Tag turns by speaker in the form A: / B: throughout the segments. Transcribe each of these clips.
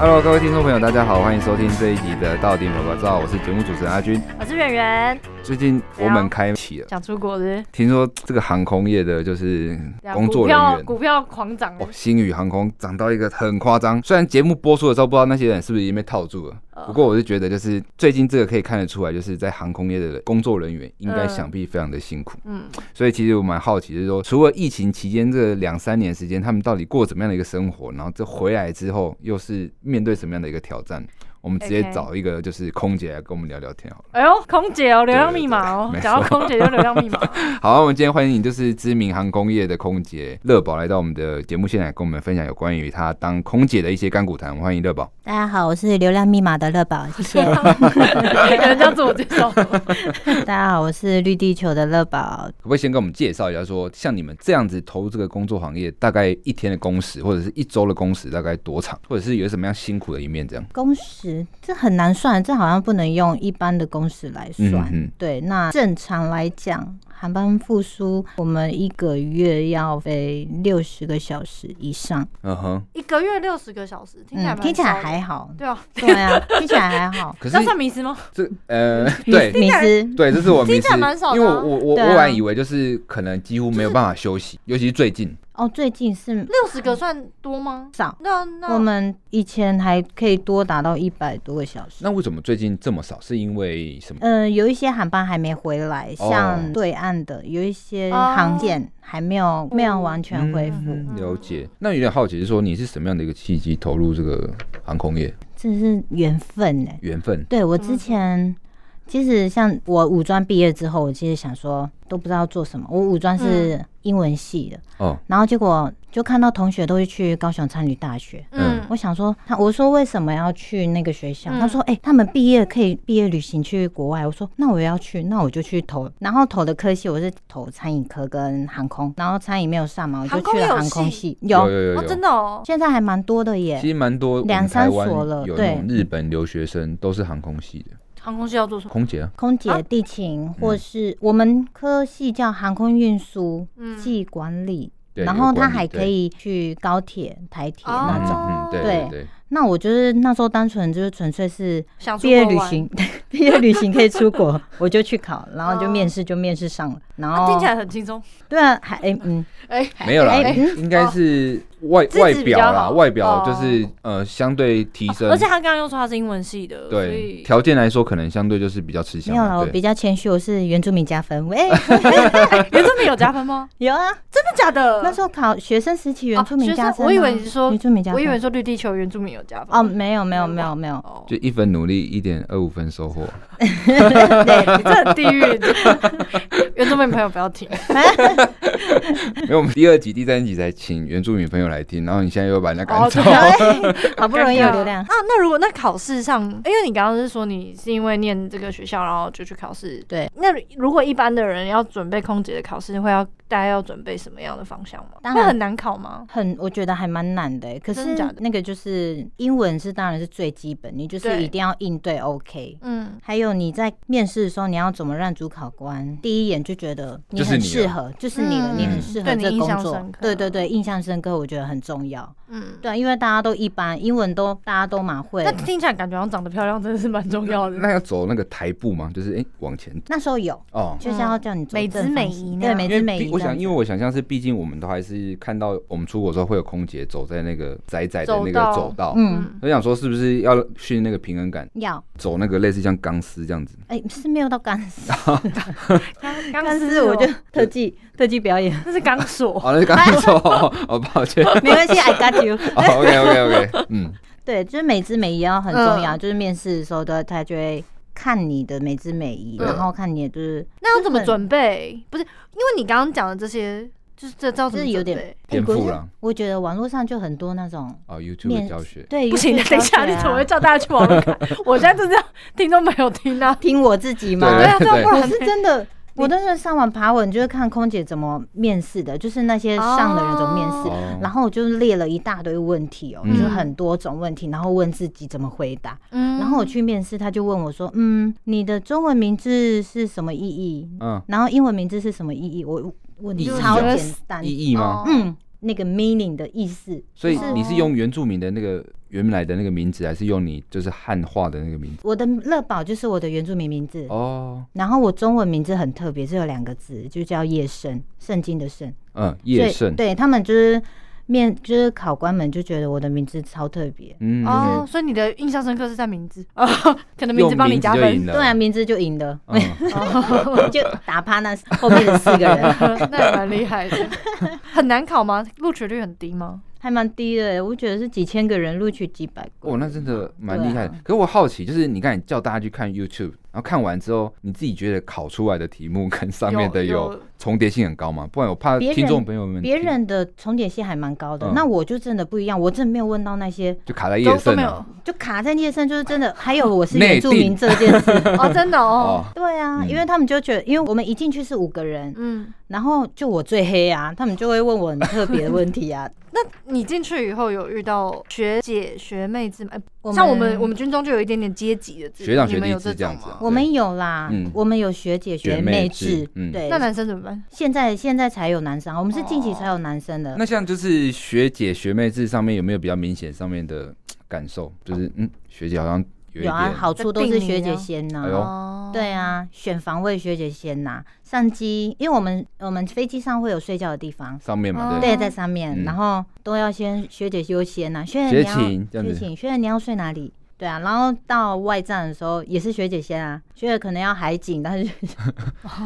A: Hello，各位听众朋友，大家好，欢迎收听这一集的《到底有个照》，我是节目主持人阿军。
B: 我是圆圆，
A: 最近我们开启了，
B: 讲出国的
A: 听说这个航空业的就是工
B: 股
A: 作人
B: 票
A: 员。
B: 啊股票狂涨欸
A: 哦，星宇航空涨到一个很夸张，虽然节目播出的时候不知道那些人是不是已经被套住了，
B: 呃
A: 不过我是觉得就是最近这个可以看得出来，就是在航空业的工作人员应该
B: 嗯
A: 想必非常的辛苦。
B: 嗯，
A: 所以其实我蛮好奇，就是说，除了疫情期间这两三年时间，他们到底过怎么样的一个生活？然后这回来之后，又是面对什么样的一个挑战？我们直接
B: OK
A: 找一个就是空姐来跟我们聊聊天好了。
B: 哎呦，空姐哦，流量
A: 对
B: 密码哦
A: 对，对
B: 讲到空姐就流量 密码，
A: 好，我们今天欢迎就是知名航空业的空姐乐宝来到我们的节目现场，跟我们分享有关于她当空姐的一些甘苦谈。欢迎乐宝。
C: 大家好，我是流量密码的乐宝， 谢谢。
B: 人家自我介 绍，
C: 大家好，我是绿地球的乐宝。
A: 可不可以先跟我们介绍一下说像你们这样子投入这个工作行业，大概一天的工时，或者是一周的工时，大概多长，或者是有什么样辛苦的一面？这样，
C: 工时这很难算，这好像不能用一般的工时来算。
A: 嗯嗯
C: 对，那正常来讲，航班复苏，我们一个月要飞六十个小时以上。
A: 嗯哼。
B: 一个月六十个小时，听起来
C: 嗯，
B: 蛮
C: 听起来
B: 少的
C: 还好。
B: 对啊，
C: 对啊，听起来还好。
A: 可是
B: 那算迷失吗？
A: 这呃，
C: 迷
A: 对，
C: 迷失，
A: 对，这是我迷
B: 听
A: 失
B: 起来蛮少，的啊
A: 因为我我我我
C: 对啊
A: 本来以为就是可能几乎没有办法休息，尤其是最近，
C: 哦，最近是
B: 六十个算多吗？
C: 少。
B: 那那
C: 我们以前还可以多达到一百多个小时。
A: 那为什么最近这么少？是因为什么？
C: 嗯，有一些航班还没回来，
A: 哦
C: 像对岸的有一些航线还没有没有完全恢复，
A: 嗯了解。那有点好奇，是说你是什么样的一个契机投入这个航空业？
C: 这是缘分呢、
A: 缘分？
C: 对我
B: 怎
C: 之
B: 么说
A: 嗯
C: 前，其实像我五专毕业之后，我其实想说都不知道做什么。我五专
A: 嗯
C: 是英文系的，
A: 哦，
C: 然后结果就看到同学都会去高雄参旅大学。
A: 嗯
B: 哦
C: 我想说，他我说为什么要去那个学校？
B: 嗯
C: 他说，哎、他们毕业可以毕业旅行去国外。我说，那我也要去，那我就去投。然后投的科系我是投餐饮科跟航空，然后餐饮没有上嘛，我就
B: 航空
C: 去了
B: 也有
C: 航空
B: 系
C: 系，有
A: 有有
B: 哦，
A: 有
B: 真的哦，
C: 现在还蛮多的耶
A: 其。实蛮多我们
C: 两
A: 台
C: 三
A: 湾
C: 所了
A: 有那
C: 对
A: 种日本留学生都是航空系的，
B: 航空系要做什么？
A: 空姐啊。
C: 空
B: 啊
C: 姐、地勤，或是我们科系叫航空运输
B: 嗯
C: 暨管理，
A: 对
C: 然
A: 有
C: 后
A: 管
C: 他
A: 理
C: 还可
A: 对
C: 以去高铁、台铁
B: 哦
C: 那
A: 嗯
C: 种。
A: 嗯，对
C: 对
A: 对，
C: 那我就是那时候单纯就是纯粹是
B: 想出
C: 毕业
B: 国
C: 旅
B: 玩
C: 行， 毕业旅行可以 出国，我就去考，然后就面试就面试上了，然
B: 哦啊
C: 后
B: 听起来很轻松，
C: 对啊，还哎嗯，
B: 哎，
A: 没有啦，
C: 哎
A: 应应该是外
B: 资质
A: 外
B: 比
A: 表
B: 较
A: 啦，
B: 好
A: 外表就
B: 哦
A: 是呃相对提升
B: 而，且他刚刚又说他是英文系的，所
A: 对
B: 以
A: 条件来说，可能相对就是比较吃香
C: 没有啦，
A: 嘛。
C: 我
A: 对。
C: 比较谦虚，我是原住民加 分，喂，
B: 原住民哎有加分吗？
C: 有啊，
B: 真的假的？
C: 那时候考学生时期原住民加分
B: 嗯哦学生
C: 啊、
B: 我以为你说
C: 原住民加分，
B: 我以为说绿地球原住民有加分
C: 哦，没有没有没有没有，
B: 哦，
A: 就一分努力，一点二五分收获。
B: 对，你这很地狱， 原住民朋友不要听。
A: 因为我们第二集、第三集才请原住民朋友来听，然后你现在又把人家赶
B: 哦
A: 走。
C: 好 不容易有流量
B: 啊！，那如果那考试上，因为你刚刚是说你是因为念这个学校，然后就去考试。
C: 对，
B: 那如果一般的人要准备空姐的考试，会要大家要准备什么样的方向吗？
C: 当
B: 会
C: 然
B: 很难考吗？
C: 很，我觉得还蛮难的欸。可
B: 真
C: 是
B: 的假的
C: 那个就是英文是当然是最基本，你就是
B: 对
C: 一定要应对 OK。
B: 嗯，
C: 还有你在面试的时候，你要怎么让主考官第一眼就觉得你
A: 就是
C: 很
A: 你了
C: 适合，就是你了，
B: 嗯
C: 你很适合
B: 对你
C: 这
B: 印
C: 个工
B: 象
C: 作
B: 深刻。
C: 对对对，印象深刻，我觉得很重要。
B: 嗯，
C: 对啊，因为大家都一般，英文都大家都蛮会
B: 那。听起来感觉好像长得漂亮真的是蛮重要
C: 嗯
B: 的。
A: 那要走那个台步嘛，就是哎、诶往前
C: 那时候有，
A: 哦。
C: 就是要叫你走
B: 嗯美
C: 正
B: 姿
C: 方
B: 美
C: 形
B: 仪那
C: 对
B: 样
C: 美
A: 因
C: 姿
A: 为
C: 美
A: 毕
C: 仪。
A: 我想，因为我想象是，毕竟我们都还是看到我们出国之后会有空姐走在那个窄窄的那
B: 走道
A: 个走道，
C: 嗯，
A: 我想说是不是要训那个平衡
B: 嗯
A: 感，
C: 要
A: 走那个类似像钢丝这样 子，
C: 哎是没有到钢 丝，
B: 刚刚
C: 钢
B: 是哦
C: 丝我就特技特技表演，
B: 那是钢索，
A: 哦，那是钢丝哦，哦，抱歉，哦
C: 没关系，I got you。
A: ，OK OK OK，嗯，
C: 对，就是美姿美仪要很重
B: 嗯
C: 要，就是面试的时候都他就会看你的美姿美仪，
A: 嗯
C: 然后看你的就是
B: 那要怎么
C: 就是
B: 准备？不是，因为你刚刚讲的这些，就是这叫什么
C: 就是有
B: 准
C: 点
B: 备
A: 颠覆了
C: 我觉得网络上就很多那种
A: 哦，YouTube 的教学，
C: 对，
B: 不行，
C: YouTube
B: 等一下，
C: 教学
B: 你
C: 啊
B: 怎么会叫大家去网 络看？我现在就是要听都没有听啊。
C: 听我自己嘛？
A: 对
B: 对啊，对啊，
A: 对
B: 不
C: 我
B: 然
C: 是真的。我都是上网爬文，就是看空姐怎么面试的，就是那些上的人怎么面试，
A: 哦
C: 然后我就列了一大堆问题哦，
A: 嗯
C: 就是很多种问题，然后问自己怎么回答。
B: 嗯
C: 然后我去面试，他就问我说：“嗯，你的中文名字是什么意义？
A: 嗯，
C: 然后英文名字是什么意义？我问题
A: 意义
C: 超
A: 哦
C: 简单
A: 意，义吗？
B: 哦
C: 嗯，那个 meaning 的意思。
A: 所以
C: 就是
A: 你是用原住民的那个原来的那个名字，还是用你就是汉化的那个名字？
C: 我的乐宝就是我的原住民名字，
A: 哦，
C: 然后我中文名字很特别，只有两个字，就叫叶圣，圣经的圣。
A: 嗯，叶
C: 所以
A: 圣，
C: 对他们就是面就是考官们就觉得我的名字超特别，
A: 嗯，
B: 哦，所以你的印象深刻是在 名字哦，可能名字
A: 用
B: 帮你
A: 名字
B: 加
A: 就赢
B: 分。
A: 了，
C: 对啊，名字就赢了，
A: 嗯，
C: 就打趴那后面的四个 人，
B: 那也蛮厉害的，很难考吗？录取率很低吗？
C: 还蛮低的。我觉得是几千个人录取几百个，
A: 哦，那真的蛮
C: 对
A: 厉害的
C: 啊。
A: 可是我好奇，就是你刚才叫大家去看 YouTube，然后看完之后，你自己觉得考出来的题目跟上面的
B: 有
A: 有重叠性很高吗？不然我怕
C: 别人
A: 听众朋友们
C: 别
A: 听
C: 人的重点性还蛮高的，
A: 嗯
C: 那我就真的不一样，我真的没有问到那些，
A: 就卡在
B: 都
A: 叶
B: 都
A: 圣
B: 没有
A: 啊，
C: 就卡在叶圣，就是真的。还有我是
A: 内
C: 原住
A: 定
C: 民这件 事，
B: 哦，真的哦，
A: 哦，
C: 对啊，
A: 嗯
C: 因为他们就觉得，因为我们一进去是五个人，
B: 嗯，
C: 然后就我最黑啊，他们就会问我很特别的问题啊。
B: 那你进去以后有遇到学姐学妹制吗？哎
C: 我
B: 像我们我们军中就有一点点阶级的制，
A: 学长
B: 你们
A: 学弟
B: 有
A: 制这
B: 种
A: 样子啊
B: 吗？
C: 我们有啦，
A: 嗯
C: 我们有学姐学妹
A: 学妹
C: 制
A: 制，嗯
C: 对
B: 那。男生怎么办？
C: 现在现在才有男生啊，我们是近期才有男生的。
A: 哦那像就是学姐学妹制上面有没有比较明显上面的感受？就是嗯，学姐好像有一
C: 有啊，
A: 点，
C: 好处都是学姐先呐、
A: 哎呦
B: 哦，
C: 对，啊，选防卫学姐先呐、上机，因为我们我们飞机上会有睡觉的地方，
A: 上面嘛，
B: 哦
A: 对
C: 对，在上面，
A: 嗯
C: 然后都要先学姐优先呐、学
A: 学
C: 姐你
A: 寝这
C: 要
A: 样
C: 学
A: 子
C: 姐，学姐你要睡哪里？对啊，然后到外站的时候也是学姐先啊，学姐可能要海景，但是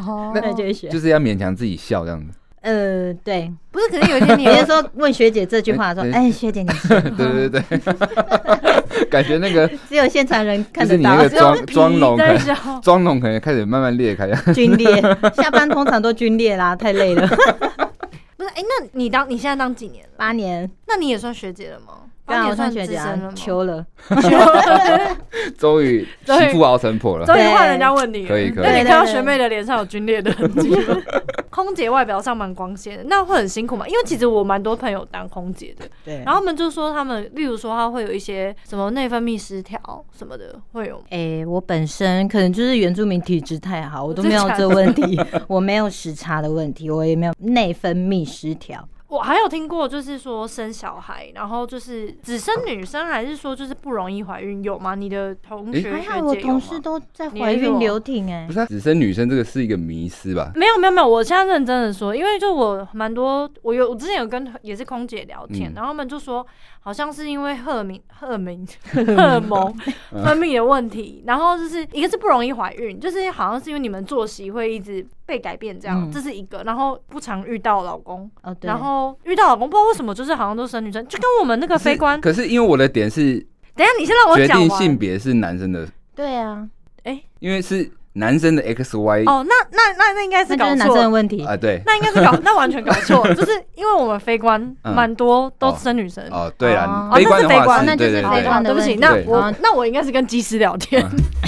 B: 哦
C: 那就学
A: 不对，就是要勉强自己笑这样子。
C: 呃对，
B: 不是，可是有一天你
C: 有 人
B: 有
C: 说问学姐这句话说，
A: 哎
C: 哎、学姐你
A: 对对对对， 感觉那个
C: 只有现场 人
A: 就
C: 看
A: 是
C: 得
A: 你
C: 到
A: 那，个妆
B: 皮
A: 妆容可
B: 在
A: 能
B: 笑，
A: 妆容可能开始慢慢裂开，啊
C: 军列下班通常都军列啦，太累了。
B: 不是？哎，那你当你现在当几年了？
C: 八年，
B: 那你也算学姐了吗？
C: 对
B: 那
C: 啊，
B: 你
C: 我
B: 也
C: 算
B: 算
C: 学姐
B: 资深了
C: 啊，
B: 吗
C: 求了。
A: 终于
B: 终
A: 媳
B: 于
A: 妇熬成婆了。
B: 终于换人家问你了，
A: 可以可以
B: 那你看
C: 对
B: 到
C: 对对
B: 学妹的脸上有皲裂的痕 迹。 空姐外表上蛮光鲜的，那会很辛苦吗？因为其实我蛮多朋友当空姐的，
C: 对，然
B: 然后他们就说他们，例如说他会有一些什么内分泌失调什么的，会有吗。
C: 诶、哎我本身可能就是原住民体质太好，我都没有
B: 真假的
C: 这问题，我没有时差的问题，我也没有内分泌失调。
B: 我还有听过，就是说生小孩，然后就是只生女生，还是说就是不容易怀孕，有吗？你的同学
A: 诶
B: 学
C: 还
B: 姐
C: 好
B: 有
C: 我
B: 吗？
C: 同事都在
B: 你
C: 怀
B: 也有
C: 孕欸流挺诶、
A: 不是啊，只生女生这个是一个迷思吧？
B: 没有没有没有，我现在认真的说，因为就我蛮多，我有我之前有跟也是空姐聊天，
A: 嗯
B: 然后他们就说好像是因为荷尔蒙 荷尔蒙荷
C: 嗯
B: 尔蒙分泌的问题，然后就是一个是不容易怀孕，就是好像是因为你们作息会一直被改变这样，
C: 嗯
B: 这是一个，然后不常遇到老公，
C: 哦，对，
B: 然后遇到老公不知道为什么就是好像都生女生，就跟我们那个
A: 可
B: 飞
A: 是
B: 官，
A: 可是因为我的点是
B: 等一下你先让我
A: 决
B: 讲
A: 定性
B: 完
A: 别是男生的，
C: 对啊，
A: 因为是男生的 X Y
B: 哦，那那那那应该是
C: 那就
B: 搞
C: 是男
B: 错
C: 生
B: 了
C: 的。问题。
A: 啊，对，
B: 那应该是搞，那完全搞错 了，就是因为我们飞官
A: 嗯
B: 蛮多都生女生，
A: 哦，对
C: 哦
A: 啦，
B: 哦，
A: 悲观的
B: 那是悲
A: 话
B: 观，
A: 是，
C: 那就
A: 对嗯
C: 是
A: 对
B: 好
C: 悲观
A: 对，
B: 对
C: 的
B: 不起，
C: 问题
B: 那
A: 对
B: 我
C: 好
B: 那我应该是跟技师聊天，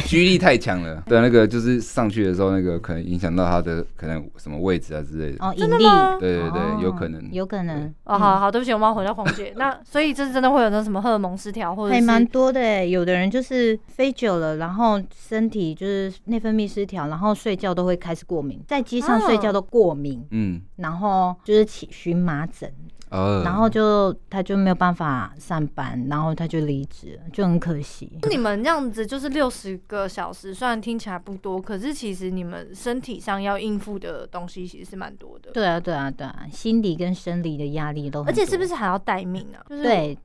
A: 居力太强了，对，那个就是上去的时候，那个可能影响到他的可能什么位置啊之类的，
C: 哦，
B: 真
C: 盈
B: 的
C: 利，
B: 吗？
A: 对对
C: 哦
A: 对，有可能，
C: 有可能，
B: 哦，好好，对不起，我们要回到空 姐。那所以这真的会有那什么荷尔蒙失调，或者
C: 还
B: 是
C: 蛮多的欸，有的人就是飞久了，然后身体就是内分泌失调，然后睡觉都会开始过敏，在机上睡觉都过敏，
A: 嗯，
C: 然后就是起荨麻疹，
A: 呃，
C: 然后就他就没有办法上班，然后他就离职了，就很可惜。
B: 你们这样子就是六十个小时，虽然听起来不多，可是其实你们身体上要应付的东西其实是蛮多的，
C: 对啊，对啊，对啊，心理跟生理的压力都很
B: 而且是不
C: 多
B: 是还要待命啊？就是
C: 对？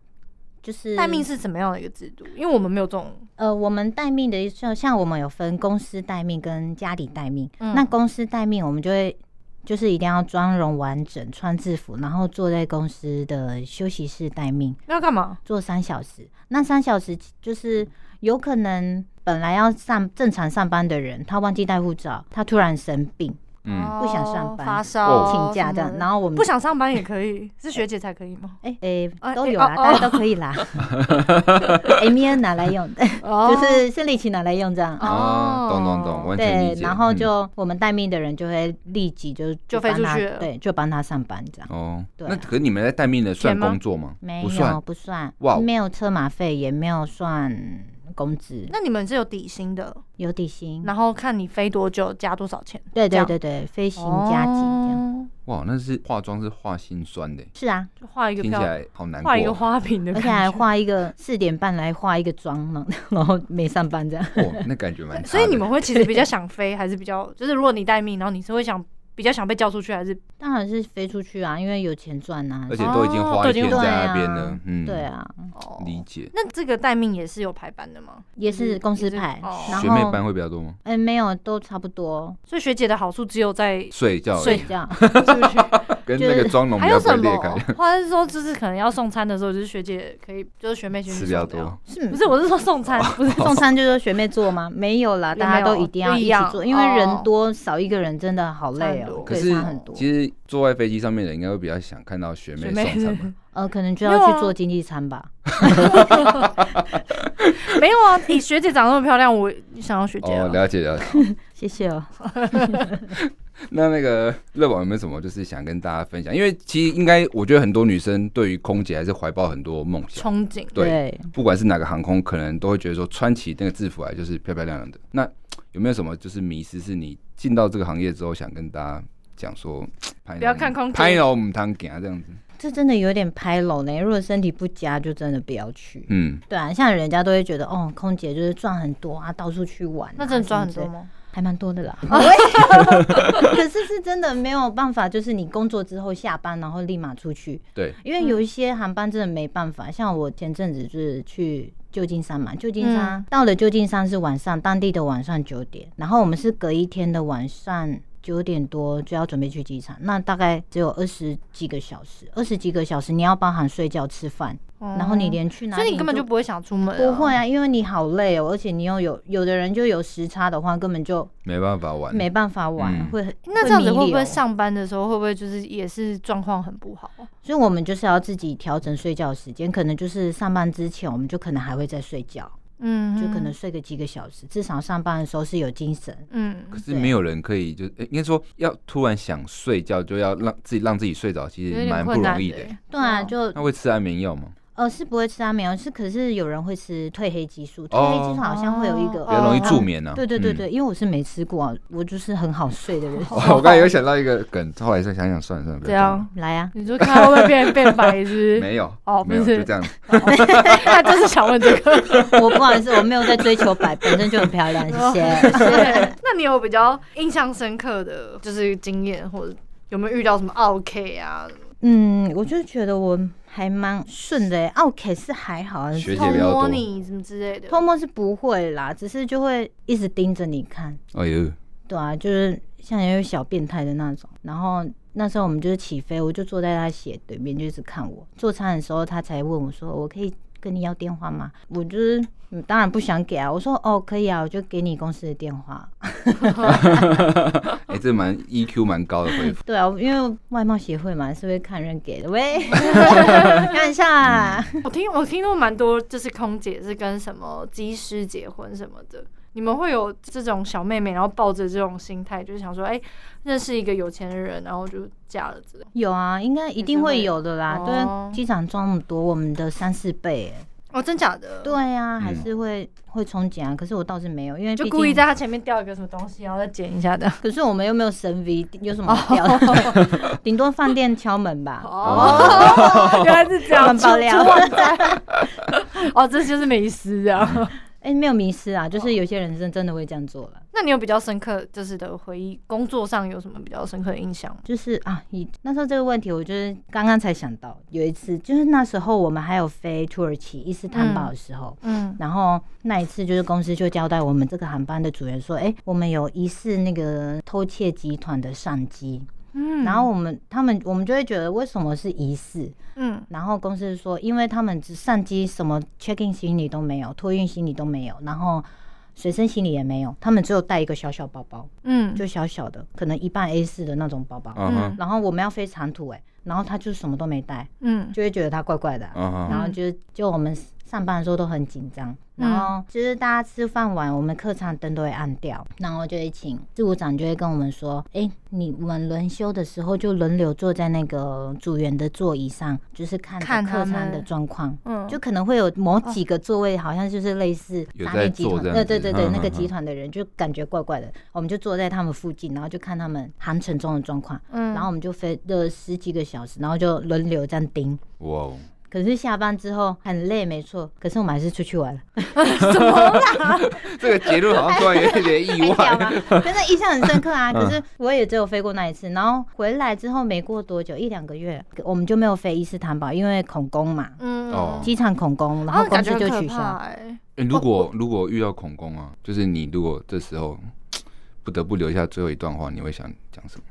C: 就是
B: 待命是怎么样的一个制度？因为我们没有这种，
C: 呃，我们待命的就像我们有分公司待命跟家里待命。
B: 嗯
C: 那公司待命，我们就会就是一定要妆容完整，穿制服，然后坐在公司的休息室待命，
B: 那要干嘛？
C: 做三小时。那三小时就是有可能本来要上正常上班的人，他忘记带护照，他突然生病，
A: 嗯，
B: 哦
C: 不想上班
B: 发烧、
A: 哦
C: 请假这
B: 什
C: 样，
B: 么
C: 然后我们
B: 不。想上班也可以，是学姐才可以吗？
C: 哎哎、
B: 啊
C: 都
B: 哎
C: 有啦，
B: 哦
C: 大家都可 以啦。哎、你也拿来用，
B: 哦
C: 就是生理期拿来用这样。
A: 哦，懂懂懂，完全
C: 对
A: 理，解，
C: 然后
A: 嗯
C: 就我们待命的人就会立即就
B: 就飞
C: 帮
B: 出
C: 他
B: 去了
C: 对，就帮他上班这样。
A: 哦，
C: 对
A: 那可你们在待命的算
B: 钱吗
A: 工作吗？
C: 没
A: 不算
C: 有，不算
A: 哇哦，
C: 没有车马费，也没有算工资，
B: 那你们是有底薪的，
C: 有
B: 嗯
C: 底薪。
B: 然后看你飞多久加多少钱，
C: 对
B: 这
C: 对
B: 样
C: 对对，飞行加急这样。
B: 哦
A: 哇，那是化妆是化心酸的，
C: 是啊，
B: 就画一个
A: 听起
B: 漂，
A: 来好难过。
B: 画一个花瓶的
C: 而
B: 感
C: 且
B: 觉，
C: 还画 一个四点半来画一个妆呢， 然后没上班这样。
A: 哦，那感觉蛮差的。
B: 所以你们会其实比较想飞，还是比较就是如果你待命，然后你是会想比较想被叫出去，还是
C: 当然是飞出去啊，因为有钱赚呐、
A: 而且都已经花一天
C: 哦都已经
A: 在那边了，嗯，
C: 对，啊，
B: 哦？
A: 理解。
B: 那这个待命也是有排班的吗？
C: 也是公司派，
B: 哦
C: 然
A: 学妹
C: 后
A: 班会比较多吗？
C: 哎、没有，都差不多。
B: 所以学姐的好处只有 在
A: 睡觉而已
C: 睡觉，
B: 是不是？
A: 跟那个妆容比
B: 还
A: 较
B: 有
A: 不会
B: 什
A: 裂
B: 么
A: 开，？
B: 或者是说，就是可能要送餐的时候，就是学姐可以，就是学妹学姐
A: 吃比较多。。哦
C: 是
B: 不是，我是说送餐，不是
C: 送餐就是学妹 做吗？没有啦，
B: 也
C: 大家都
B: 没有
C: 一定要
B: 不一
C: 一
B: 样
C: 起做，因为人
B: 哦
C: 多少一个人真的好
B: 差很
C: 累哦
B: 多，
A: 可
C: 对，
A: 是
C: 差很多。
A: 其实坐在飞机上面的人应该会比较想看到 学妹
B: 学妹
A: 送餐吧？
C: 呃，可能就
B: 没有
C: 要
B: 啊
C: 去做经济舱吧。
B: 没有啊。你学姐长那么漂亮，我想要学姐
A: 哦，
B: 啊。
A: 了解了解。
C: 谢谢哦。
A: 那那个乐宝有没有什么就是想跟大家分享？因为其实应该我觉得很多女生对于空姐还是怀抱很多梦想，
B: 憧憬，
A: 对，
C: 对，
A: 不管是哪个航空，可能都会觉得说穿起那个制服来就是漂漂亮亮的。那有没有什么就是迷失是你进到这个行业之后想跟大家讲说？不
B: 不要看空姐
A: 拍了我们堂给啊这样子，
C: 这真的有点拍拢呢。如果身体不佳，就真的不要去。
A: 嗯，
C: 对啊，像人家都会觉得，哦，空姐就是赚很多啊，到处去玩、啊，
B: 那真的赚很
C: 什
B: 多
C: 么之类，
B: 吗？
C: 还蛮多 的啦。 我也有可是是真的没有办法，就是你工作之后下班，然后立马出去，
A: 对，
C: 因为
B: 嗯
C: 有一些航班真的没办法。像我前阵子就是去旧金山嘛，旧金山、
B: 嗯
C: 到了旧金山是晚上当地的晚上九点，然后我们是隔一天的晚上。九点多就要准备去机场，那大概只有二十几个小时，二十几个小时你要包含睡觉、吃饭，然后你
B: 哦，
C: 连去哪里
B: 所
C: 都，
B: 以你根本就不会哦想出门，
C: 不会。啊，因为你好累哦，而且你又有有的人就有时差的话，根本就
A: 没办法玩，
C: 没办法玩，
A: 嗯
C: 会很
B: 那这样子会不
C: 迷哦
B: 会
C: 流
B: 上班的时候，会不会就是也是状况很不好？
C: 所以我们就是要自己调整睡觉时间，可能就是上班之前，我们就可能还会再睡觉，
B: 嗯，
C: 就可能睡个几个小时，至少上班的时候是有精神。
B: 嗯，
A: 可是没有人可以就，诶应该说要突然想睡觉，就要让自己让自己睡着，其
B: 有
A: 实
B: 点
A: 蛮不
B: 困难
A: 容易
B: 的
A: 的欸。
B: 欸。
C: 对啊，
B: 哦
C: 就
A: 那会吃安眠药吗？
C: 呃是不会吃安眠药，是可是有人会吃褪黑激素，褪黑激素好像会有一个，
A: 比较容易
B: 哦
A: 助眠呢、啊
C: 对对对
A: 嗯
C: 对，因为我是没吃过啊，我就是很好睡的人。
A: 哦 我刚才有想到一个梗，后来再想想算了算了，不
B: 怎
A: 要讲了
B: 样？
C: 来啊，
B: 你说看他会不会变变白是不 是？
A: 没有
B: 哦不
A: 没有，
B: 是
A: 就这样。
B: 他就是想问这个。
C: 我不好意思，我没有在追求白，本身就很漂亮，谢谢。
B: 那你有比较印象深刻的就是经验，或者有没有遇到什么 OK 啊？
C: 嗯，我就觉得我还蛮顺的、欸、，OK 是还好啊，
A: 学姐
B: 偷
A: 比较多
B: 摸你什么之类的？
C: 偷摸是不会啦，只是就会一直盯着你看，
A: 哎呦，
C: 对啊，就是像有小变态的那种。然后那时候我们就是起飞，我就坐在他斜对面，就一直看我做餐的时候，他才问我说：“我可以跟你要电话吗？”我就是嗯当然不想给啊，我说：“哦，可以啊，我就给你公司的电话。
A: 哎、这蛮 EQ 蛮高的回复”。
C: 对啊，因为外貌协会嘛，是会看人给的。喂，开玩笑啊。
B: 我听我听过蛮多，就是空姐是跟什么机师结婚什么的。你们会有这种小妹妹，然后抱着这种心态，就是想说，哎、认识一个有钱人，然后就嫁了之类的。
C: 有啊，应该一
B: 是
C: 定
B: 会
C: 会
B: 有
C: 有的啦。
B: 哦
C: 对，啊机场装那么多，我们的三四倍欸。
B: 哦，真假的？，
C: 对啊，还
A: 嗯
C: 是会会憧憬啊。可是我倒是没有，因为
B: 就
C: 毕
B: 故意
C: 竟
B: 在他前面掉一个什么东西，然后再捡一下的。
C: 可是我们又没有神 V，有什么好屌 的？顶多饭店敲门吧。
B: 哦，原来是 这样，
C: 乱爆料
B: 出出旺仔 哦，这就是迷失 啊。
C: 哎，没有迷失
B: 哦
C: 啊，就是有些人真真的会这样做了。
B: 那你有比较深刻就是的回忆，工作上有什么比较深刻的印象吗？
C: 就是啊，以那时候这个问题，我就是刚刚才想到，有一次就是那时候我们还有飞土耳其伊斯坦堡的时候，
B: 嗯，
C: 然后那一次就是公司就交代我们这个航班的组员说，哎、我们有疑似那个偷窃集团的上机，
B: 嗯
C: 然后我们他们我们就会觉得为什么是疑似，
B: 嗯，
C: 然后公司说，因为他们只上机什么 check in 行李都没有，托运行李都没有，然后。随身行李也没有，他们只有带一个小小包包，
B: 嗯，
C: 就小小的，可能一半 A 四的那种包包。
A: 嗯哼，
C: 然后我们要飞欸长途哎、然后他就什么都没带，
B: 嗯，
C: 就会觉得他怪怪的啊、
A: 嗯哼，
C: 然后就就我们上班的时候都很紧张，然
B: 嗯
C: 后就是大家吃饭完，我们客舱灯都会暗掉，然后就会请事务长就会跟我们说，哎、你我们轮休的时候就轮流坐在那个组员的座椅上，就是看着
B: 看他
C: 客舱
B: 们
C: 的状况。
B: 嗯，
C: 就可能会有某几个座位，好像就是类似
A: 有
C: 诈
A: 在
C: 骗集
A: 做
C: 团，
A: 这样
C: 对
A: 子
C: 对对对，
A: 嗯
C: 那个
A: 嗯嗯
C: 集团的人就感觉怪怪的，我们就坐在他们附近，然后就看他们航程中的状况，
B: 嗯，
C: 然后我们就飞了十几个小时，然后就轮流这样盯。
A: 哇哦，
C: 可是下班之后很累，没错，可是我们还是出去玩了，
B: 嗯
A: 这个结论好像突然有一点意
C: 还小
A: 外。
C: 吗？真的印象很深刻啊！
A: 嗯
C: 可是我也只有飞过那一次，然后回来之后没过多久，一两个月，我们就没有飞伊斯坦堡，因为恐攻嘛，
B: 嗯
A: 哦
C: 机场恐攻，然后
B: 感
C: 公
B: 觉
C: 司
B: 很
C: 就
B: 可
C: 取
B: 怕
C: 消。
B: 哎，
A: 欸如果如果遇到恐攻啊，就是你如果这时候不得不留下最后一段话，你会想讲什么？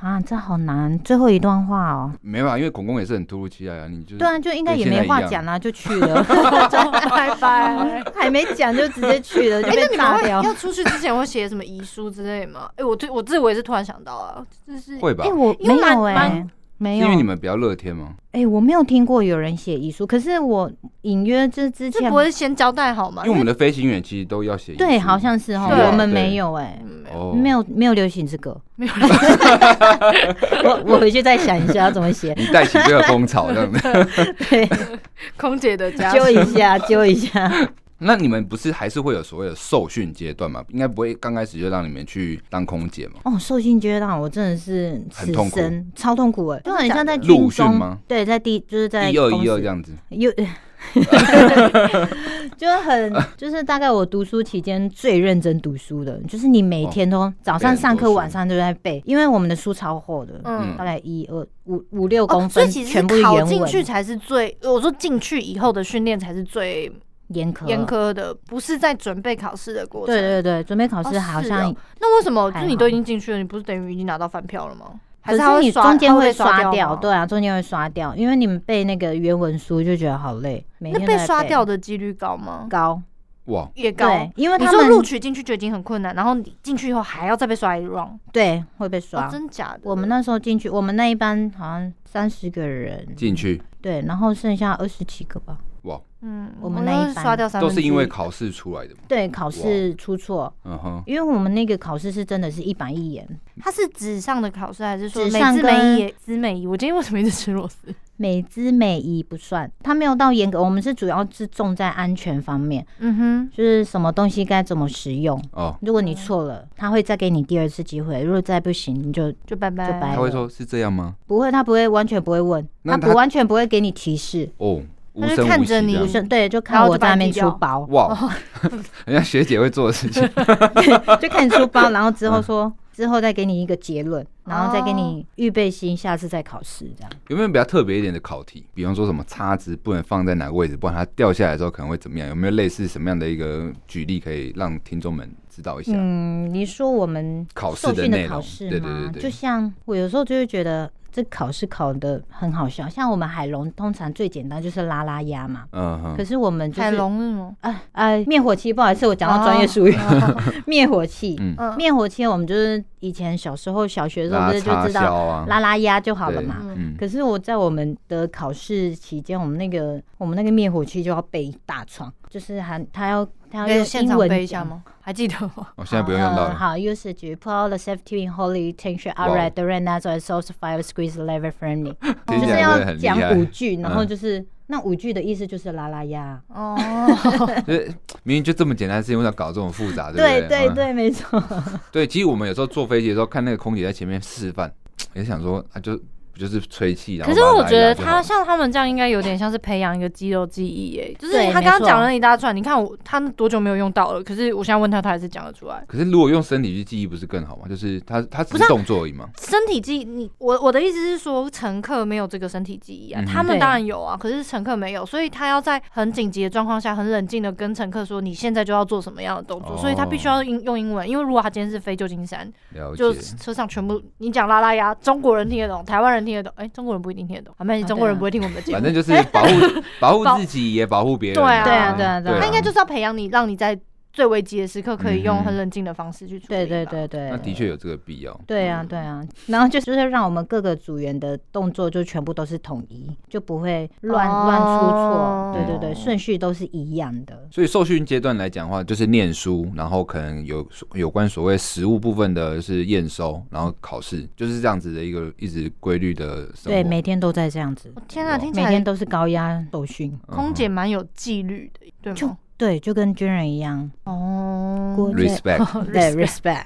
C: 啊，这好难，最后一段话哦。
A: 没啊办法，因为恐攻也是很突如其来啊，你就是
C: 对啊，就应该也没话讲啦、就去 了，
B: 拜拜。
C: 还没讲就直接去
B: 哎
C: 了，就被炸掉。
B: 要出去之前会写什么遗书之类吗？哎、我对我自我也是突然想到啊，就是
A: 会吧？
C: 哎，我
B: 因为
C: 没有
B: 蛮
C: 哎
B: 蛮，
C: 没
A: 是
C: 有
A: 因为，你们比较乐天吗？
C: 哎，我没有听过有人写遗书，可是我隐约就之
B: 这
C: 前
B: 不会先交代好吗？
A: 因为我们的飞行员其实都要写遗书
C: 对，好像是哦，
B: 对
C: 我们没有哎
B: 因为。嗯没有
A: 啊哦，
C: 没有没有流行这个，
B: 没有
C: 我我回去再想一下要怎 么写，
A: 你带起这个风 潮这样子。
C: 对，
B: 空姐的家
C: 揪一下揪一下。
A: 那你们不是还是会有所谓的受训阶段嘛？应该不会刚开始就让你们去当空姐嘛？
C: 哦，受训阶段我真的是
A: 很
C: 死
A: 痛苦
C: 神超痛苦哎，就很像在
B: 真
A: 的假的
C: 军
A: 陆训
C: 中
A: 吗，
C: 对，在第就是在
A: 一二
C: 公
A: 一二
C: 司
A: 这样子，
C: 有，就很就是大概我读书期间最认真读书的，就是你每天都早上上
A: 背很多
C: 课
A: 书
C: 晚上都在背，因为我们的书超厚的，
B: 嗯
C: 大概一二五五六
B: 哦，
C: 公
B: 所
C: 分，
B: 以其实
C: 全部
B: 是
C: 是
B: 考
C: 原
B: 进去
C: 文，
B: 才是最，我说进去以后的训练才是最
C: 严苛
B: 严。苛的，不是在准备考试的过程。
C: 对对对，准备考
B: 哦
C: 试好
B: 是
C: 像
B: 哦，那为什么就
C: 还
B: 你
C: 好
B: 都已经进去了，你不是等于已经拿到饭票了吗？还
C: 可
B: 他
C: 是
B: 会
C: 你
B: 刷
C: 中间
B: 他会
C: 会
B: 被刷
C: 刷掉，
B: 吗
C: 对。啊，中间会刷掉，因为你们背那个原文书就觉得好累，每
B: 那
C: 天都
B: 被
C: 在
B: 刷
C: 背
B: 掉的几率高吗？
C: 高，
A: 哇，
B: 也高。
C: 对，因为
B: 你
C: 他
B: 说
C: 们
B: 录取进去就已经很困难，然后你进去以后还要再被刷一 round，
C: 对会被刷
B: 哦，。真假的？
C: 我们那时候进去，我们那一班好像三十个人
A: 进去
C: 对，然后剩下二十几个吧。
A: 哇，
B: 嗯，
C: 我们那一
B: 都是
C: 班
B: 刷掉三
A: 都
B: 分之
A: 是
B: 一
A: 因为考试出来的嘛。
C: 对，考试出错，
A: 嗯哼，
C: 因为我们那个考试是真的是一板一眼，
B: 它是纸上的考试还是说
C: 纸
B: 美
C: 上
B: 姿美
C: 跟
B: 仪？姿美仪，我今天为什么一直吃螺丝？
C: 美姿美仪不算，它没有到严格。我们是主要是重在安全方面，
B: 嗯哼，
C: 就是什么东西该怎么使用。
A: 哦，
C: 如果你错了，他会再给你第二次机会。如果再不行，你就
B: 就拜拜，
C: 拜
A: 他会说是这样吗？
C: 不会，他不会完全不会问，
A: 那
C: 他
A: 他
C: 不完全不会给你提示。
A: 哦，无
B: 他就
A: 声
B: 看
A: 无息
B: 着你
A: 这
C: 不
A: 样
C: 是，对，
B: 嗯
C: 就
B: 然
C: 看
B: 后就
C: 我哦
B: 把
C: 在那
B: 你
C: 边
B: 踢掉
C: 出包，
A: 哇， 人家学姐会做的事情，
C: 就看你出 包，然后之后
B: 嗯
C: 说，之后再给你一个结论，然后再
B: 哦
C: 给你预备心，下次再考试这样。
A: 有没有比较特别一点的考题？比方说什么叉子不能放在哪个位置，不然它掉下来的时候可能会怎么样？有没有类似什么样的一个举例可以让听众们知道一下？
C: 嗯，你说我们
A: 啊考试
C: 受
A: 的
C: 训
A: 内
C: 的
A: 容
C: 考试吗？
A: 对对对对
C: 就像我有时候就会觉得这考试考的很好笑，像我们海龙通常最简单就是拉拉鸭嘛，
A: 嗯哼，
C: 可是我们就是
B: 海龙是吗？
C: 啊啊灭火器，不好意思，我讲到专业术语，
B: 哦
C: 灭、火器。
A: 嗯
B: 嗯，
C: 灭火器，我们就是以前小时候小学的时候
A: 拉
C: 不是就
A: 叉
C: 知道
A: 销啊，
C: 拉拉鸭就好了嘛。
B: 对
A: 嗯，
C: 可是我在我们的考试期间，我们那个我们那个灭火器就要背一大串，就是还他要他要
B: 可以
C: 用
B: 现
C: 英
B: 场
C: 文
B: 背一下
C: 讲
B: 吗？还记得吗？
A: 哦我现在不用用到
C: 呃
A: 了。
C: 好，usage put all the safety in holy tension
A: Wow
C: outright the red nuts are source fire squeeze lever friendly，
A: 听
C: 哦就
A: 起来
C: 是
A: 真的
C: 要
A: 很厉
C: 讲
A: 害
C: 五句，然后
A: 嗯
C: 就是那五句的意思就是啦啦呀，
B: 哦，
A: 就是明明就这么简单的事情，为什么要搞这种复杂？
C: 对
A: 不
C: 对
A: 嗯
C: 对，没错，
A: 对，其实我们有时候坐飞机的时候，看那个空姐在前面示范，也想说啊，就不就是吹气，然
B: 可
A: 后
B: 是
A: 把它
B: 我
A: 拉一
B: 觉
A: 拉
B: 得
A: 就
B: 他
A: 好
B: 像他们这样，应该有点像是培养一个肌肉记忆耶。就是
C: 对
B: 他刚刚
C: 没错
B: 讲了一大串，你看我他多久没有用到了？可是我现在问他，他还是讲得出来。
A: 可是如果用身体去记忆，不是更好吗？就是他他只
B: 不是
A: 是
B: 啊
A: 动作而已嘛。
B: 身体记忆，你我我的意思是说，乘客没有这个身体记忆啊，
A: 嗯哼
B: 他们
C: 对
B: 当然有啊，可是乘客没有，所以他要在很紧急的状况下，很冷静的跟乘客说你现在就要做什么样的动作，
A: 哦
B: 所以他必须要用用英文，因为如果他今天是飞旧金山，
A: 了解嗯
B: 就，车上全部你讲拉拉呀，中国人听得懂，台湾人听得懂，哎、中国人不一定听得懂，啊，没关系
C: 啊
B: 中国人
C: 对啊
B: 不会听我们的节
A: 反
B: 目。
A: 正 就是保护保护
B: 保
A: 自己，也保护别人。
B: 对啊对
C: 啊对啊对啊
B: 他应该就是要培养你，让你在最危急的时刻可
A: 嗯
B: 以用
A: 哼
B: 很冷静的方式去处理吧。
C: 对对对对，
A: 那的确有这个必要。
C: 对啊，对啊，然后就就是让我们各个组员的动作就全部都是统一，就不会乱、乱出
B: 哦
C: 错。对对对，顺序都是一样的。
A: 所以受训阶段来讲的话，就是念书，然后可能有有关所谓实务部分的是验收，然后考试，就是这样子的一个一直规律的生活。
C: 对，每天都在这样子，
B: 我天啊，听起
C: 每天
B: 来
C: 都是高压受训。
A: 嗯
B: 空姐蛮有纪律的，对
C: 就
B: 吗？
C: 对，就跟军人一 样，
B: 哦，
C: 郭
A: respect，
C: 嗯对 respect。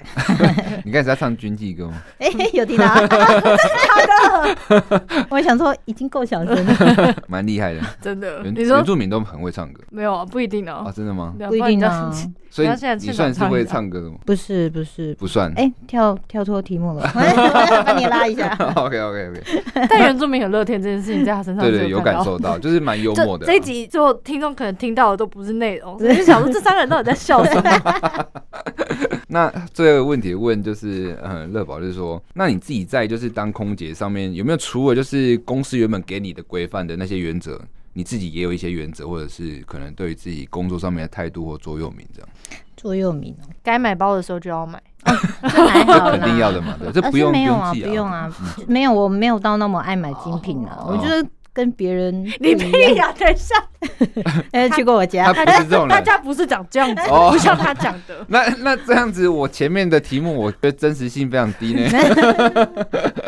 A: 你开始要唱军纪歌吗？
C: 哎、有听到 啊？真的假的？ 我想说已经够小声 了，
A: 蛮厉害的，
B: 真的，
A: 原
B: 你说
A: 原住民都很会唱歌
B: 没有啊？不一定哦
A: 啊，，真的吗？
B: 对
C: 不一
B: 然你
C: 定
B: 这
C: 啊
B: 样。
A: 所以
B: 那现在
A: 你
B: 现
A: 算
B: 场
A: 是会
B: 唱
A: 唱歌的吗？
C: 不是不是，
A: 不算。
C: 哎、跳跳脱题 目了，把你拉一 下。
A: OK OK OK，
B: 但原住民很乐天这件事情，在他身上
A: 对对，
B: 是
A: 有
B: 看
A: 感
B: 到
A: 受到，就是蛮幽默的啊。
B: 这这一集最后听众可能听到的都不是内容，所以就想说这三个人到底在笑什么？
A: 那这个问题问就是，呃，乐宝就是说，那你自己在就是当空姐上面有没有除了就是公司原本给你的规范的那些原则，你自己也有一些原则，或者是可能对于自己工作上面的态度或座右铭这样，
C: 座右铭哦，
B: 该买包的时候就要买，
C: 这还好
A: 这
C: 啦，
A: 肯定要的嘛，对，这
C: 而
A: 不
C: 是
A: 用
C: 没有哦啊，
A: 记啊，
C: 不用啊，没有，我没有到那么爱买精品啊，
A: 哦
C: 我就是跟别 人
B: 你
C: 不一
B: 屁
C: 样，
B: 呀！等一下，
C: 哎，去过我
A: 他
C: 家，
A: 不是这种
B: 大
A: 人。
B: 家不是讲这样子，
A: 哦
B: 不像他讲 的。
A: 那那这样子，我前面的题目我觉得真实性非常低呢。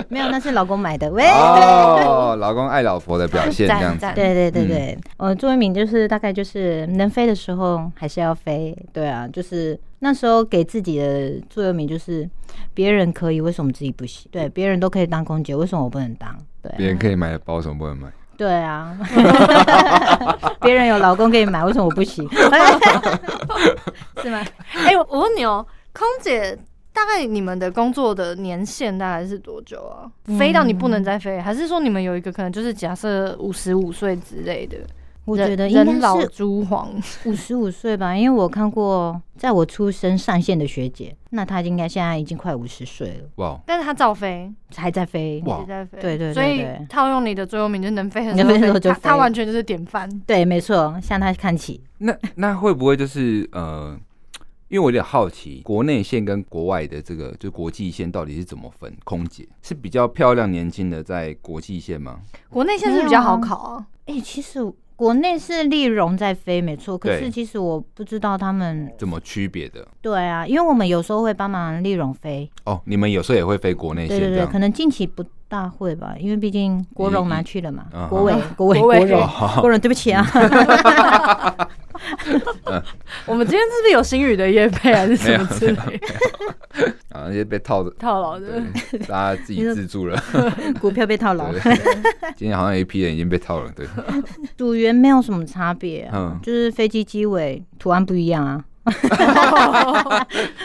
C: 没有，那是老公买的，喂。
A: 哦，老公爱老婆的表现这样子，
B: 赞
C: 对对对
B: 嗯
C: 对，呃，座右铭就是大概就是能飞的时候还是要飞，对啊，就是那时候给自己的座右铭就是别人可以，为什么自己不行？对，别人都可以当空姐，为什么我不能当？
A: 别
C: 对啊
A: 人可以买的包，为什么不能买？
C: 对啊，别人有老公可以买，为什么我 不行？是吗？
B: 哎，我我问你哦，空姐。大概你们的工作的年限大概是多久啊？飞到你不能再飞，还是说你们有一个可能就是假设五十五岁之类的？
C: 我
B: 人
C: 觉得应
B: 人
C: 该
B: 老
C: 是
B: 珠黄，
C: 五十五岁吧，因为我看过在我出生上线的学姐，那她应该现在已经快五十岁了，
A: 哇， 哦
B: 但是他照飞，
C: 还在飞。
A: 哇哦
B: 一直在飞，
C: 对对对
B: 所以
C: 对
B: 套用你的座右铭，就能飞很
C: 能飞的时候就
B: 他他
C: 飞
B: 完全就是典范。
C: 对，没错，向她看齐。
A: 那那会不会就是呃，因为我有点好奇，国内线跟国外的这个就国际线到底是怎么分？空姐是比较漂亮年轻的在国际线吗？
B: 国内线是比较好考啊，
C: 哎、其实国内是丽蓉在飞，没错。可
A: 对
C: 是其实我不知道他们，
A: 怎么区别的？
C: 对啊，因为我们有时候会帮忙丽蓉飞，
A: 哦，你们有时候也会飞国内
C: 对
A: 线
C: 对
A: 这
C: 对，
A: 样
C: 可？能近期不大会吧，因为毕竟国荣拿去了嘛
A: 嗯嗯，
C: 国伟
A: 嗯
C: 国伟
B: 国
C: 国
B: 伟
C: 荣国荣，对不起啊，
B: 我们今天是不是有星宇的夜配还是什么之类的
A: 啊，那些被套的，
B: 套牢的？
A: 对，大家自己自助了。
C: 股票被套牢，
A: 嗯对，对 今天好像有一批人已经被套了，对，
C: 组员没有什么差别、啊，
A: 嗯，
C: 就是飞机机尾图案不一样啊。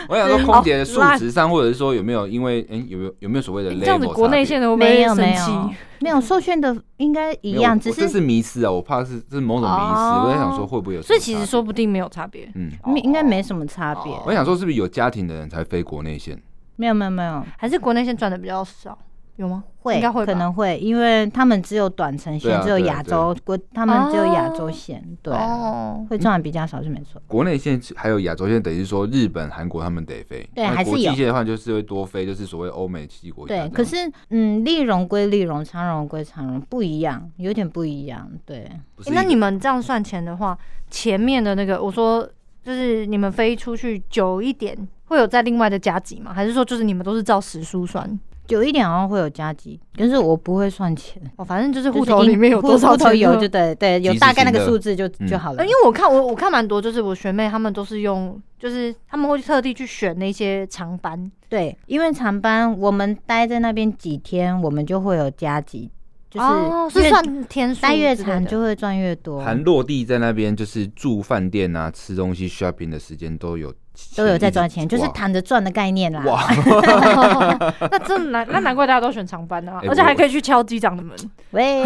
A: 我想说，空姐的数
B: 哦烂
A: 值上，或者是说有没有因为，哎，有没有有没有所谓的 level
B: 这样子国内
A: 差别
B: 线的会不
C: 没
B: 会
C: 有
B: 生
C: 没
B: 气
C: 有？没有受训的应该一样，
A: 没
C: 只
A: 有我这是
C: 是
A: 迷失啊，我怕是这是某种迷失，
B: 哦
A: 我在想说会不会有什么差别？
B: 所以其实说不定没有差别。
A: 嗯，
C: 没应该没什么差别。
A: 我想说，是不是有家庭的人才飞国内线？
C: 没有没有没有，
B: 还是国内线赚的比较少，有吗？
C: 会
B: 应该会吧
C: 可能会，因为他们只有短程
A: 对
C: 线，
A: 啊
C: 只有
A: 对啊
C: 亚
A: 对
C: 洲国，他们只有亚洲
B: 哦
C: 线，对啊，
B: 哦，
C: 会赚的比较少是没错。
A: 国内线还有亚洲线，等于是说日本、韩国他们得飞。
C: 对
A: 那
C: 还是
A: 国际
C: 有
A: 线的话，就是会多飞，就是所谓欧美七国家这
C: 对，
A: 样。啊
C: 可是嗯，丽蓉归丽蓉，长荣归长荣，不一样，有点不一样。对，
A: 不是
B: 欸
A: 一个
B: 那你们这样算钱的话，前面的那个我说就是你们飞出去久一点，会有再另外的加急吗？还是说就是你们都是照时数算？
C: 久一点好像会有加急，但是我不会算钱，
B: 哦，反正就是
C: 就是
B: 户头
C: 因
B: 里面有
C: 户
B: 多少
C: 户头
B: 钱
C: 有
B: 就
C: 就对对，有
A: 及时
C: 大概那
A: 性的
C: 个数字就就
A: 嗯
C: 好了
B: 呃，因。为我看我我看蛮多，就是我学妹她们都是用，就是他们会特地去选那些长班，
C: 对，因为长班我们待在那边几天，我们就会有加急，就是
B: 哦是
C: 越
B: 算天数
C: 待越
B: 之类
C: 长
B: 的
C: 就会赚越多。
A: 韩落地在那边，就是住饭店啊、吃东西、shopping 的时间都有
C: 都有在赚钱，就是
A: 他
C: 躺着赚的概念啦。
A: 哇，
B: 那真难，那难怪大家都选长班啊
A: 哎，
B: 而且
A: 我
B: 还可以去敲机长的门。
C: 喂，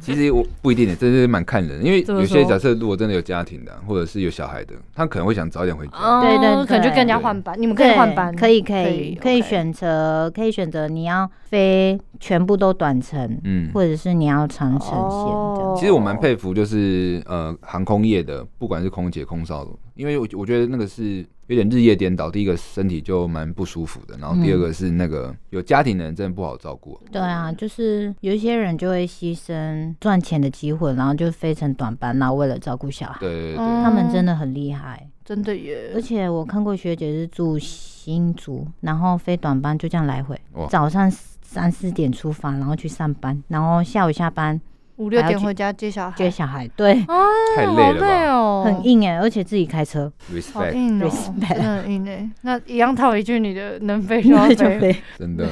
A: 其实我不一定的，真的是蛮看人，因为
B: 怎么
A: 有些
B: 说
A: 假设如果真的有家庭的啊，或者是有小孩的，他可能会想早点回家。
C: 对对哦对
B: 可能就跟人家换班，你们可以
C: 对
B: 换班，
C: 可以可
B: 可
C: 以
B: 以
C: 可以
B: OK
C: 选择，可以选择你要飞全部都短程，
A: 嗯，
C: 或者是你要长程线这样。
B: 哦
A: 其实我蛮佩服，就是呃，航空业的，不管是空姐、空少，因为我我觉得那个是有点日夜颠倒，第一个身体就蛮不舒服的，然后第
B: 嗯
A: 二个是那个有家庭的人真的不好照顾。
C: 对啊，就是有一些人就会牺牲赚钱的机会，然后就飞成短班，然后为了照顾小孩，
A: 对对对
B: 嗯
C: 他们真的很厉害。
B: 真的耶
C: 而，且我看过学姐是住新竹，然后飞短班就这样来回
A: 哇，
C: 早上三四点出发，然后去上班，然后下午下班
B: 五六
C: 还要
B: 点
C: 去
B: 回家接小孩，
C: 接小孩，对，
A: 太
B: 好
A: 累了吧
B: 累哦，
C: 很，硬哎、而且自己开车，
B: 好
A: respect，
B: 硬哦，
C: respect
B: 真的很硬哎。那一样套一句，你的能飞 就要
C: 那就
B: 飞，
C: 飞。
A: 真 的。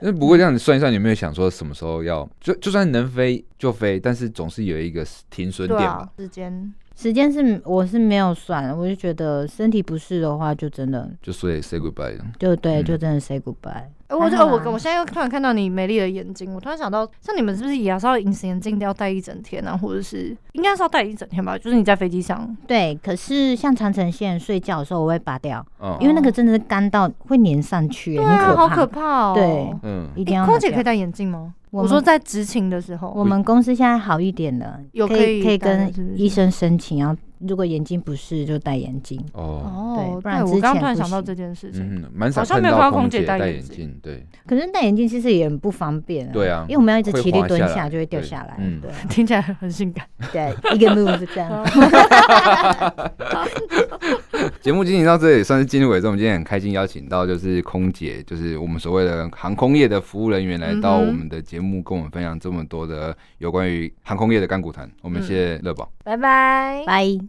A: 那不过这样子算一算，你有没有想说什么时候要就就算能飞就飞，但是总是有一个停损点
B: 对
A: 吧
B: 啊？，时间
C: 时间是我是没有算，我就觉得身体不适的话，就真的
A: 就说 say goodbye 了。
C: 就对，
A: 嗯
C: 就真的 say goodbye。
B: 呃我哦
C: 还好啊
B: 我
C: 啦
B: 我现在又突然看到你美丽的眼睛，我突然想到，像你们是不是也是要隐形眼镜都要戴一整天啊，或者是应该是要戴一整天吧？就是你在飞机上，
C: 对，可是像长城线睡觉的时候我会拔掉，
A: 嗯
C: 因为那个真的是干到会粘上去，欸
B: 对
C: 很
B: 啊，
C: 可
B: 好
C: 怕。
B: 可怕哦。
C: 对
A: 嗯，
C: 一定
B: 诶
C: 要拔掉。
B: 空姐可以戴眼镜吗？
C: 我
B: 我说
C: 们
B: 在执勤的时候，
C: 我们公司现在好一点了，
B: 有
C: 可
B: 可
C: 以
B: 以
C: 可以
B: 戴的
C: 跟
B: 是不是
C: 医生申请，然后如果眼睛不适就戴眼镜。
A: 哦，
B: 哦，
C: 对不然之
B: 我刚
C: 前
B: 突然
C: 不
B: 想到
C: 行
B: 这件事情，
A: 嗯，蛮少
B: 好像
A: 看
B: 没有看
A: 到
B: 到空姐
A: 姐
B: 戴
A: 戴
B: 眼
A: 眼
B: 镜
A: 镜，对
C: 可是戴眼镜其实也很不方便、
A: 对啊
C: 因为我们要一直
A: 会
C: 起立
A: 滑
C: 蹲
A: 下
C: 下
A: 来
C: 就会掉
A: 对
C: 下来。
A: 嗯
C: 对
B: 听起来很性感。
C: 对，一个 move 就 这样。
A: 节目进行到这里算是进入尾声，我们今天很开心邀请到就是空姐，就是我们所谓的航空业的服务人员来到
B: 嗯哼
A: 我们的节目，跟我们分
B: 嗯
A: 享这么多的有关于航空业的干股谈。我们谢谢乐宝。
B: 拜拜。
C: 拜。